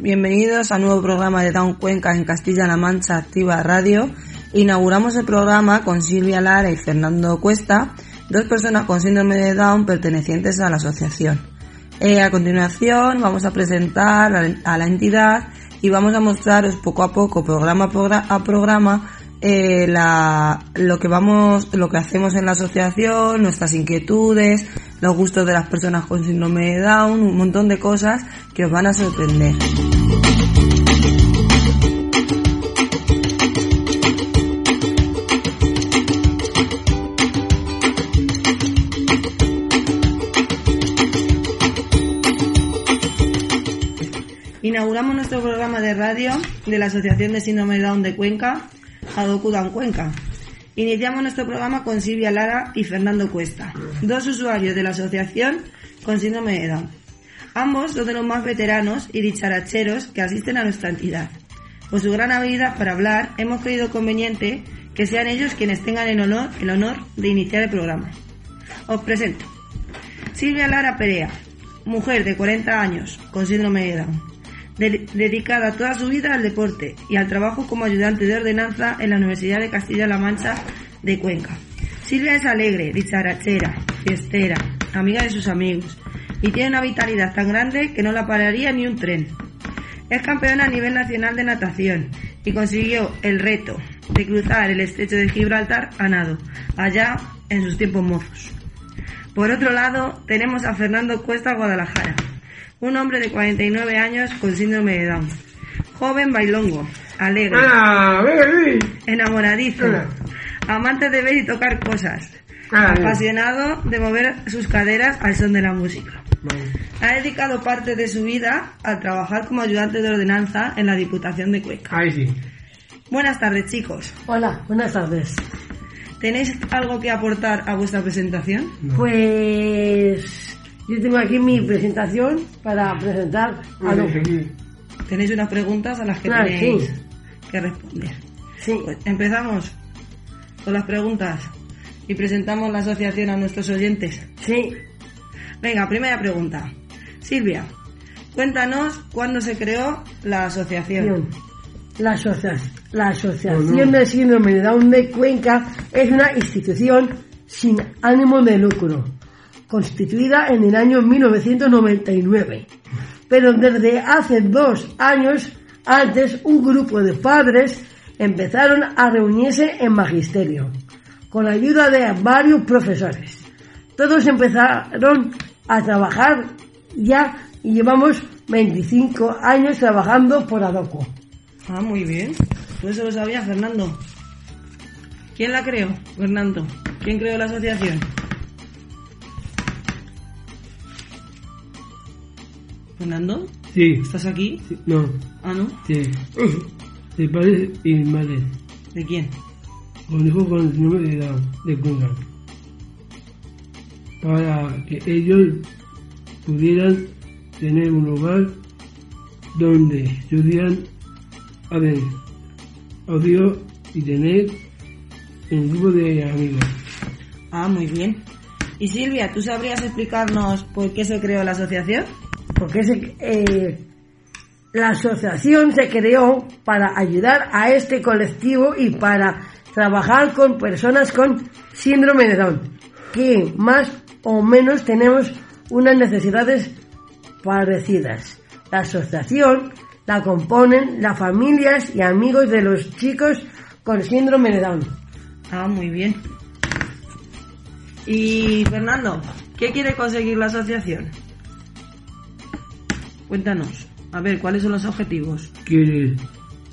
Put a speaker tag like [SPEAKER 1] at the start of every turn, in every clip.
[SPEAKER 1] bienvenidos a un nuevo programa de Down Cuenca en Castilla-La Mancha Activa Radio. Inauguramos el programa con Silvia Lara y Fernando Cuesta, dos personas con síndrome de Down pertenecientes a la asociación. Eh, a continuación vamos a presentar a, la entidad y vamos a mostraros poco a poco, programa a programa, eh, la, lo que vamos, lo que hacemos en la asociación, nuestras inquietudes, los gustos de las personas con síndrome de Down, un montón de cosas que os van a sorprender. Inauguramos nuestro programa de radio de la Asociación de Síndrome de Down de Cuenca, Hadoku Down Cuenca. Iniciamos nuestro programa con Silvia Lara y Fernando Cuesta, dos usuarios de la asociación con síndrome de Down. Ambos son de los más veteranos y dicharacheros que asisten a nuestra entidad. Por su gran habilidad para hablar, hemos creído conveniente que sean ellos quienes tengan el honor, el honor de iniciar el programa. Os presento. Silvia Lara Perea, mujer de 40 años con síndrome de Down, de dedicada toda su vida al deporte y al trabajo como ayudante de ordenanza en la Universidad de Castilla-La Mancha de Cuenca. Silvia es alegre, dicharachera, fiestera, amiga de sus amigos y tiene una vitalidad tan grande que no la pararía ni un tren. Es campeona a nivel nacional de natación y consiguió el reto de cruzar el estrecho de Gibraltar a nado, allá en sus tiempos mozos. Por otro lado, tenemos a Fernando Cuesta Guadalajara, un hombre de 49 años con síndrome de Down. Joven bailongo, alegre,
[SPEAKER 2] Ah, venga, sí.
[SPEAKER 1] enamoradizo,
[SPEAKER 2] Hola.
[SPEAKER 1] amante de ver y tocar cosas,
[SPEAKER 2] Ah, bien.
[SPEAKER 1] apasionado de mover sus caderas al son de la música.
[SPEAKER 2] Vale.
[SPEAKER 1] Ha dedicado parte de su vida a trabajar como ayudante de ordenanza en la Diputación de Cuenca.
[SPEAKER 2] Ahí sí.
[SPEAKER 1] Buenas tardes, chicos.
[SPEAKER 3] Hola, buenas tardes.
[SPEAKER 1] ¿Tenéis algo que aportar a vuestra presentación?
[SPEAKER 3] Pues yo tengo aquí mi presentación para presentar a los...
[SPEAKER 2] Aquí.
[SPEAKER 1] ¿Tenéis unas preguntas a las que
[SPEAKER 3] Claro,
[SPEAKER 1] tenéis
[SPEAKER 3] sí.
[SPEAKER 1] que responder?
[SPEAKER 3] Sí,
[SPEAKER 1] Pues empezamos con las preguntas y presentamos la asociación a nuestros oyentes.
[SPEAKER 3] sí.
[SPEAKER 1] Venga, primera pregunta. Silvia, cuéntanos cuándo se creó la asociación.
[SPEAKER 3] Bien. La, asocia- la Asociación de Síndrome de Down de Cuenca es una institución sin ánimo de lucro, constituida en el año 1999. Pero desde hace dos años antes, un grupo de padres empezaron a reunirse en magisterio, con la ayuda de varios profesores. Todos empezaron a trabajar ya y llevamos 25 años trabajando por Adoco.
[SPEAKER 1] Ah, muy bien. Tú eso lo sabía, Fernando. ¿Quién la creó? Fernando. ¿Quién creó la asociación? Fernando,
[SPEAKER 2] Sí.
[SPEAKER 1] ¿estás aquí?
[SPEAKER 2] sí. No.
[SPEAKER 1] Ah, ¿no?
[SPEAKER 2] Sí. De padres y de madres.
[SPEAKER 1] ¿De quién?
[SPEAKER 2] Con hijos con síndrome de Down, de Cuenca. Para que ellos pudieran tener un lugar donde estudian a ver, odio y tener un grupo de amigos.
[SPEAKER 1] Ah, muy bien. Y Silvia, ¿tú sabrías explicarnos por qué se creó la asociación?
[SPEAKER 3] porque se- eh, la asociación se creó para ayudar a este colectivo y para trabajar con personas con síndrome de Down, que más o menos tenemos unas necesidades parecidas. La asociación la componen las familias y amigos de los chicos con síndrome de Down.
[SPEAKER 1] Ah, muy bien. Y Fernando, ¿qué quiere conseguir la asociación? Cuéntanos, a ver, ¿cuáles son los objetivos?
[SPEAKER 2] que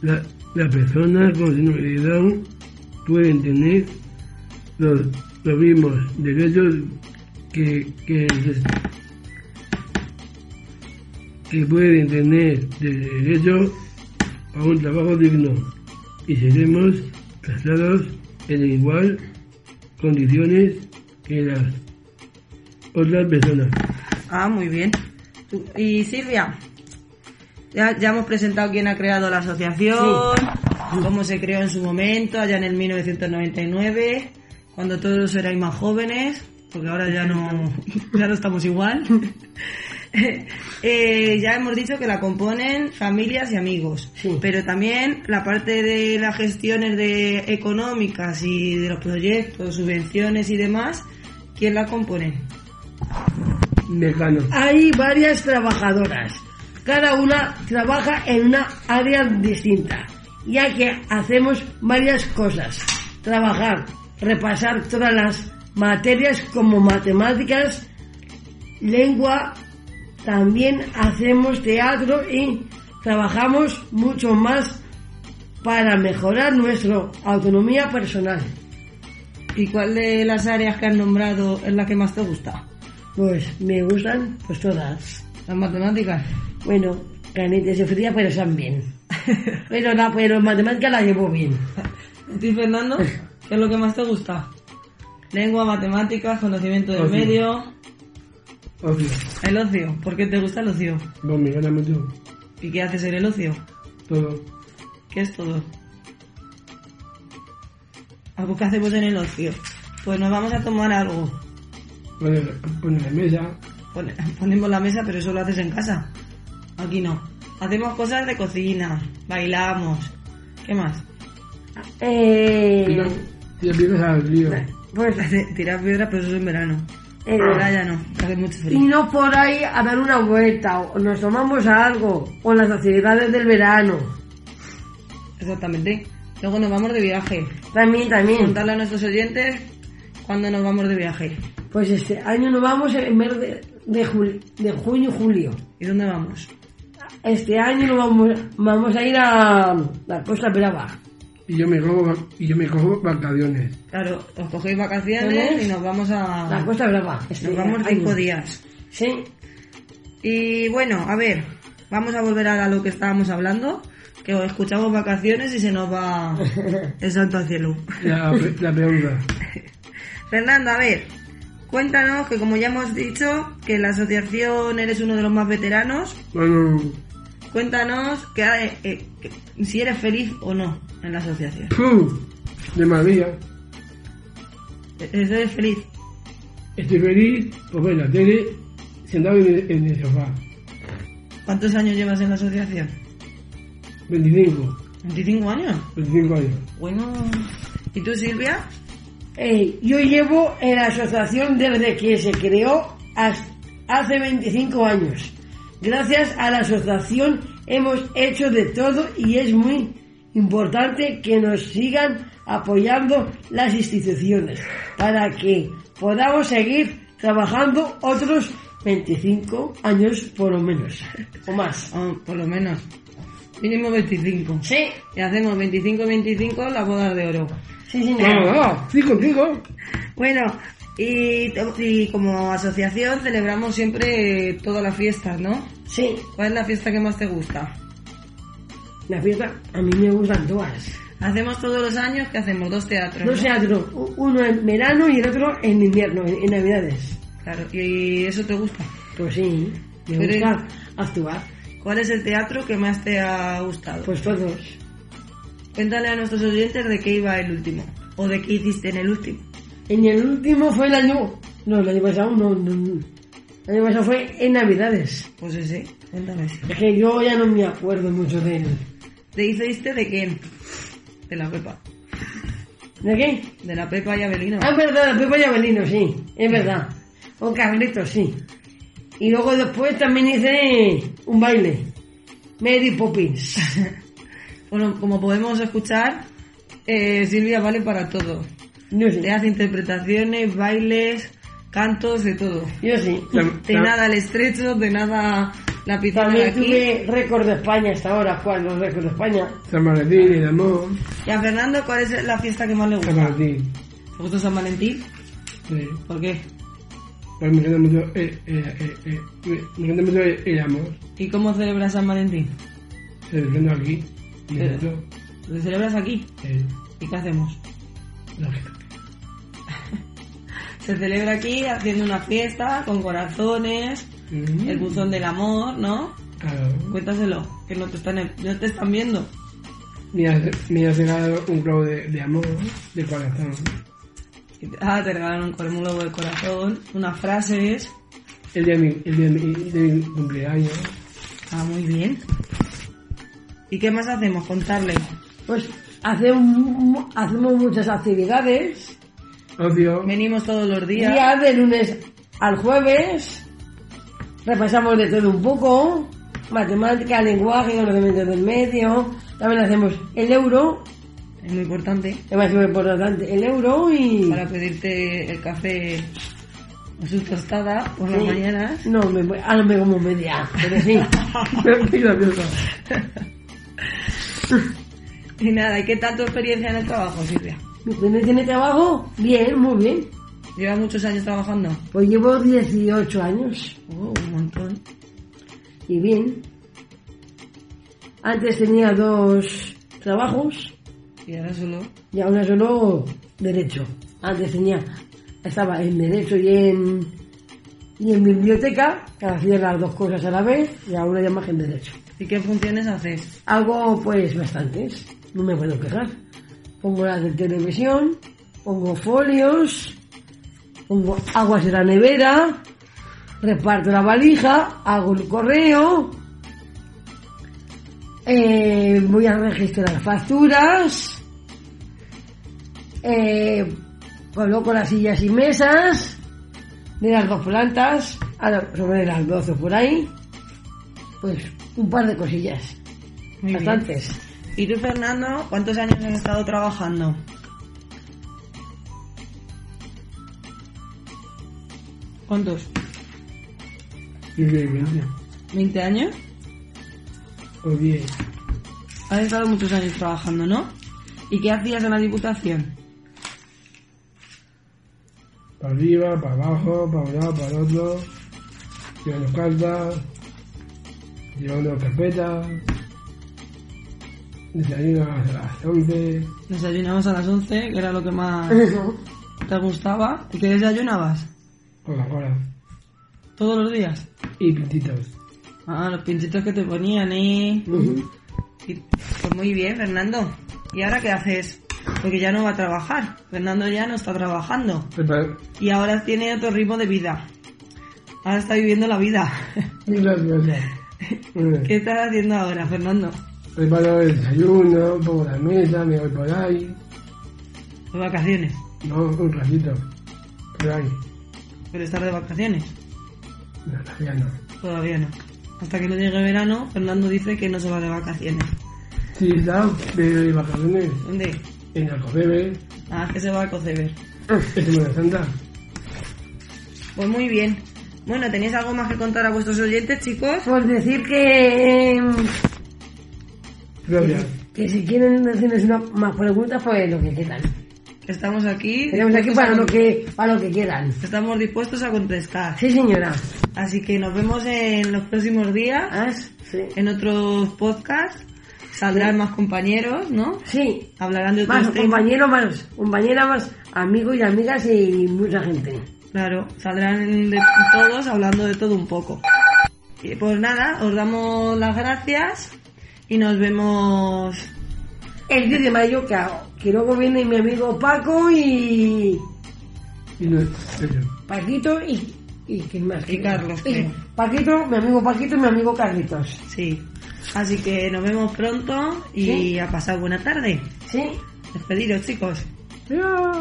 [SPEAKER 2] la- las personas con síndrome de Down pueden tener los, los mismos derechos que, que, que pueden tener el derecho a un trabajo digno y seremos tratados en igual condiciones que las otras personas.
[SPEAKER 1] Ah, muy bien. Tú- Y Silvia, ya, ya hemos presentado quién ha creado la asociación, cómo se creó en su momento, allá en el 1999, cuando todos erais más jóvenes, porque ahora ya no, ya no estamos igual. Eh, ya hemos dicho que la componen familias y amigos,
[SPEAKER 3] Sí.
[SPEAKER 1] pero también la parte de las gestiones de económicas y de los proyectos, subvenciones y demás, ¿quién la compone?
[SPEAKER 2] Mecano.
[SPEAKER 3] Hay varias trabajadoras. Cada una trabaja en una área distinta, ya que hacemos varias cosas. Trabajar, repasar todas las materias como matemáticas, lengua, también hacemos teatro y trabajamos mucho más para mejorar nuestra autonomía personal.
[SPEAKER 1] ¿Y cuál de las áreas que has nombrado es la que más te gusta?
[SPEAKER 3] Pues me gustan pues todas.
[SPEAKER 1] Las matemáticas.
[SPEAKER 3] Bueno, canitas de fría, pero están bien. Pero la pero matemática la llevo bien.
[SPEAKER 1] ¿A ti, Fernando? ¿Qué es lo que más te gusta? Lengua, matemáticas, conocimiento del
[SPEAKER 2] Ocio.
[SPEAKER 1] medio,
[SPEAKER 2] Obvio.
[SPEAKER 1] el ocio. ¿Por qué te gusta el ocio?
[SPEAKER 2] Vos me ganas mucho.
[SPEAKER 1] ¿Y qué haces en el ocio?
[SPEAKER 2] Todo.
[SPEAKER 1] ¿Qué es todo? Algo que hacemos en el ocio. Pues nos vamos a tomar algo.
[SPEAKER 2] Poner, poner la mesa.
[SPEAKER 1] Pone- Ponemos la mesa, pero eso lo haces en casa. Aquí no. Hacemos cosas de cocina, bailamos. ¿Qué más?
[SPEAKER 3] Eh,
[SPEAKER 2] Pero si empiezas al río,
[SPEAKER 3] pues,
[SPEAKER 1] Tirar piedras, pero eso es en verano.
[SPEAKER 3] eh,
[SPEAKER 1] Ahora ya no, hace mucho
[SPEAKER 3] y
[SPEAKER 1] frío.
[SPEAKER 3] no por ahí a dar una vuelta, o nos tomamos algo, o las actividades del verano.
[SPEAKER 1] Exactamente. Luego nos vamos de viaje.
[SPEAKER 3] También, también.
[SPEAKER 1] Contarle a nuestros oyentes cuando nos vamos de viaje.
[SPEAKER 3] Pues este año nos vamos en mes de, de, jul- de junio y julio.
[SPEAKER 1] ¿Y dónde vamos?
[SPEAKER 3] Este año nos vamos, vamos a ir a la Costa Brava.
[SPEAKER 2] y yo me cojo, y yo me cojo vacaciones.
[SPEAKER 1] Claro, os cogéis vacaciones
[SPEAKER 3] ¿Dónde?
[SPEAKER 1] y nos vamos
[SPEAKER 3] La
[SPEAKER 1] a...
[SPEAKER 3] Costa Brava. Este
[SPEAKER 1] Nos vamos
[SPEAKER 3] año.
[SPEAKER 1] cinco días.
[SPEAKER 3] Sí.
[SPEAKER 1] Y bueno, a ver, vamos a volver a lo que estábamos hablando, que os escuchamos vacaciones y se nos va el santo al cielo.
[SPEAKER 2] La, la peonza.
[SPEAKER 1] Fernando, a ver, cuéntanos que como ya hemos dicho, que en la asociación eres uno de los más veteranos,
[SPEAKER 2] Bueno,
[SPEAKER 1] Cuéntanos que, eh, eh, que- si eres feliz o no en la asociación.
[SPEAKER 2] ¡pum! De maravilla.
[SPEAKER 1] Eh, ¿Eres feliz?
[SPEAKER 2] Estoy feliz por ver la tele sentado en el, en el sofá.
[SPEAKER 1] ¿Cuántos años llevas en la asociación?
[SPEAKER 2] 25,
[SPEAKER 1] ¿25 años?
[SPEAKER 2] 25 años.
[SPEAKER 1] Bueno. ¿Y tú, Silvia?
[SPEAKER 3] Eh, yo llevo en la asociación desde que se creó has- hace 25 años. Gracias a la asociación hemos hecho de todo y es muy importante que nos sigan apoyando las instituciones para que podamos seguir trabajando otros 25 años por lo menos o más.
[SPEAKER 1] Oh, por lo menos. Mínimo 25.
[SPEAKER 3] Sí,
[SPEAKER 1] Y hacemos 25-25 la boda de oro.
[SPEAKER 3] sí, sí.
[SPEAKER 2] ¡Ah! ¡Sí, contigo!
[SPEAKER 1] Bueno, y, y como asociación celebramos siempre eh, todas las fiestas, ¿no?
[SPEAKER 3] Sí,
[SPEAKER 1] ¿Cuál es la fiesta que más te gusta?
[SPEAKER 3] la fiesta a mí me gustan todas.
[SPEAKER 1] Hacemos todos los años que hacemos dos teatros.
[SPEAKER 3] Dos
[SPEAKER 1] ¿no?
[SPEAKER 3] teatros, u- uno en verano y el otro en invierno, en, en Navidades.
[SPEAKER 1] Claro, y eso te gusta.
[SPEAKER 3] Pues sí, me
[SPEAKER 1] Pero-
[SPEAKER 3] gusta actuar.
[SPEAKER 1] ¿Cuál es el teatro que más te ha gustado?
[SPEAKER 3] Pues todos.
[SPEAKER 1] Cuéntale a nuestros oyentes de qué iba el último o de qué hiciste en el último.
[SPEAKER 3] En el último fue el año. No, el año pasado no. no, no. El año pasado fue en Navidades.
[SPEAKER 1] Pues ese, cuéntame.
[SPEAKER 3] Es que yo ya no me acuerdo mucho de él.
[SPEAKER 1] ¿Te hiciste de quién? De la Pepa.
[SPEAKER 3] ¿De qué?
[SPEAKER 1] De la Pepa y Abelino.
[SPEAKER 3] Ah, es verdad, Pepa y Abelino, sí, es verdad. O Carlitos, sí. Y luego después también hice un baile. Mary Poppins.
[SPEAKER 1] Bueno, como podemos escuchar, eh, Silvia vale para todo.
[SPEAKER 3] Yo sí.
[SPEAKER 1] Te hace interpretaciones, bailes, cantos, de todo.
[SPEAKER 3] Yo sí.
[SPEAKER 2] Tam-
[SPEAKER 1] De
[SPEAKER 2] tam-
[SPEAKER 1] nada el estrecho, de nada la piscina de
[SPEAKER 3] También
[SPEAKER 1] aquí.
[SPEAKER 3] tuve récord de España hasta ahora. ¿Cuál? Los récords de España.
[SPEAKER 2] San Valentín, el amor,
[SPEAKER 1] Y a Fernando, ¿cuál es la fiesta que más le
[SPEAKER 2] San
[SPEAKER 1] gusta?
[SPEAKER 2] Valentín.
[SPEAKER 1] ¿Le gusta San Valentín?
[SPEAKER 2] Sí.
[SPEAKER 1] ¿Por qué?
[SPEAKER 2] Pues me encanta mucho, eh, eh, eh, eh, me- me encanta mucho el, el amor.
[SPEAKER 1] ¿Y cómo celebras San Valentín?
[SPEAKER 2] Se defiende aquí. Y
[SPEAKER 1] Eh.
[SPEAKER 2] nosotros,
[SPEAKER 1] ¿Lo celebras aquí?
[SPEAKER 2] eh,
[SPEAKER 1] ¿Y qué hacemos?
[SPEAKER 2] la gente.
[SPEAKER 1] Se celebra aquí haciendo una fiesta con corazones,
[SPEAKER 2] Mm,
[SPEAKER 1] el buzón del amor, ¿no?
[SPEAKER 2] claro.
[SPEAKER 1] Cuéntaselo, que no te están, no te están viendo.
[SPEAKER 2] Me has, me has regalado un globo de, de amor, de corazón.
[SPEAKER 1] Ah, te regalan un cor- un globo de corazón, unas frases.
[SPEAKER 2] El día de mi, el día de mi, de mi cumpleaños.
[SPEAKER 1] Ah, muy bien. ¿Y qué más hacemos? Contarle.
[SPEAKER 3] Pues hacemos, hacemos muchas actividades.
[SPEAKER 2] Ocio.
[SPEAKER 1] Venimos todos los días.
[SPEAKER 3] Día de lunes al jueves. Repasamos de todo un poco. Matemática, lenguaje, conocimiento del medio. También hacemos el euro.
[SPEAKER 1] Es muy importante
[SPEAKER 3] Es más importante el euro y...
[SPEAKER 1] para pedirte el café o su tostada por las
[SPEAKER 3] Sí.
[SPEAKER 1] mañanas.
[SPEAKER 3] No, me, voy- ahora me como media, pero sí.
[SPEAKER 2] Qué gracioso.
[SPEAKER 1] Y nada, ¿y qué tal tu experiencia en el trabajo, Silvia?
[SPEAKER 3] ¿Mi primer tiene trabajo? Bien, muy bien.
[SPEAKER 1] ¿Llevas muchos años trabajando?
[SPEAKER 3] Pues llevo 18 años
[SPEAKER 1] Oh, un montón.
[SPEAKER 3] y bien. Antes tenía dos trabajos
[SPEAKER 1] Y ahora solo.
[SPEAKER 3] y ahora solo derecho. Antes tenía, estaba en derecho y en, y en biblioteca, que hacía las dos cosas a la vez y ahora ya más que en derecho.
[SPEAKER 1] ¿Y qué funciones haces?
[SPEAKER 3] Hago pues bastantes, no me puedo quejar. Pongo las de televisión, pongo folios, pongo aguas de la nevera, reparto la valija, hago el correo, eh, voy a registrar las facturas, eh, coloco las sillas y mesas de las dos plantas, a la- sobre las 12 por ahí, pues un par de cosillas.
[SPEAKER 1] Muy bien.
[SPEAKER 3] Bastantes.
[SPEAKER 1] ¿Y tú, Fernando, cuántos años has estado trabajando? ¿Cuántos?
[SPEAKER 2] Muy bien, gracias.
[SPEAKER 1] ¿20 años?
[SPEAKER 2] Muy bien.
[SPEAKER 1] Has estado muchos años trabajando, ¿no? ¿Y qué hacías en la Diputación?
[SPEAKER 2] Para arriba, para abajo, para un lado, para el otro. Llevando cartas. Llevando carpetas. Desayuno a las 11.
[SPEAKER 1] Desayunabas a las 11, que era lo que más
[SPEAKER 3] Eso.
[SPEAKER 1] te gustaba. ¿Y qué desayunabas?
[SPEAKER 2] Coca-Cola.
[SPEAKER 1] ¿Todos los días?
[SPEAKER 2] Y pintitos.
[SPEAKER 1] Ah, los pinchitos que te ponían, ¿eh? Y- Pues muy bien, Fernando. ¿Y ahora qué haces? Porque ya no va a trabajar. Fernando ya no está trabajando.
[SPEAKER 2] Prepar-
[SPEAKER 1] Y ahora tiene otro ritmo de vida. Ahora está viviendo la vida.
[SPEAKER 2] Mil gracias. Muy bien.
[SPEAKER 1] ¿Qué estás haciendo ahora, Fernando?
[SPEAKER 2] Preparo el desayuno, pongo la mesa, me voy por ahí.
[SPEAKER 1] De vacaciones.
[SPEAKER 2] No, un ratito. Por ahí.
[SPEAKER 1] Pero estar de vacaciones.
[SPEAKER 2] No, todavía no.
[SPEAKER 1] Todavía no. Hasta que no llegue verano, Fernando dice que no se va de vacaciones.
[SPEAKER 2] Sí, he estado de vacaciones
[SPEAKER 1] ¿Dónde?
[SPEAKER 2] en Alcobebe,
[SPEAKER 1] Ah, que se va a Coceber.
[SPEAKER 2] en Semana Santa.
[SPEAKER 1] Pues muy bien. Bueno, ¿tenéis algo más que contar a vuestros oyentes, chicos?
[SPEAKER 3] Pues decir que, eh,
[SPEAKER 2] Gracias.
[SPEAKER 3] que si quieren decirnos una- más preguntas, pues lo que quieran.
[SPEAKER 1] Estamos aquí.
[SPEAKER 3] Tenemos aquí
[SPEAKER 1] dispuestos
[SPEAKER 3] para
[SPEAKER 1] a-
[SPEAKER 3] lo que, para lo que quieran.
[SPEAKER 1] Estamos dispuestos a contestar.
[SPEAKER 3] Sí, señora.
[SPEAKER 1] Así que nos vemos en los próximos días,
[SPEAKER 3] Ah, sí.
[SPEAKER 1] en otros podcasts. Saldrán más compañeros, ¿no?
[SPEAKER 3] Sí.
[SPEAKER 1] Hablarán de
[SPEAKER 3] Más
[SPEAKER 1] otros temas.
[SPEAKER 3] compañero, más compañera, más amigos y amigas y mucha gente.
[SPEAKER 1] Claro, saldrán de todos hablando de todo un poco. Y pues nada, os damos las gracias y nos vemos.
[SPEAKER 3] El 10 de mayo, que, que luego viene mi amigo Paco y
[SPEAKER 2] Y no soy yo.
[SPEAKER 3] Paquito y, y ¿quién más?
[SPEAKER 1] Y Carlos,
[SPEAKER 3] Y
[SPEAKER 1] sí.
[SPEAKER 3] Paquito, mi amigo Paquito y mi amigo Carlitos.
[SPEAKER 1] Sí. Así que nos vemos pronto y
[SPEAKER 3] Sí.
[SPEAKER 1] a pasar buena tarde.
[SPEAKER 3] ¿Sí?
[SPEAKER 1] Despediros, chicos.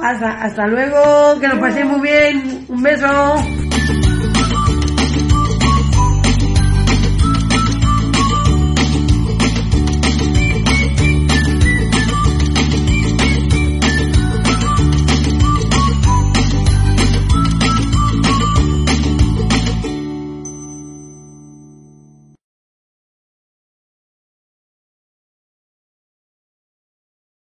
[SPEAKER 3] Hasta, hasta luego, que lo paséis muy bien. Un beso.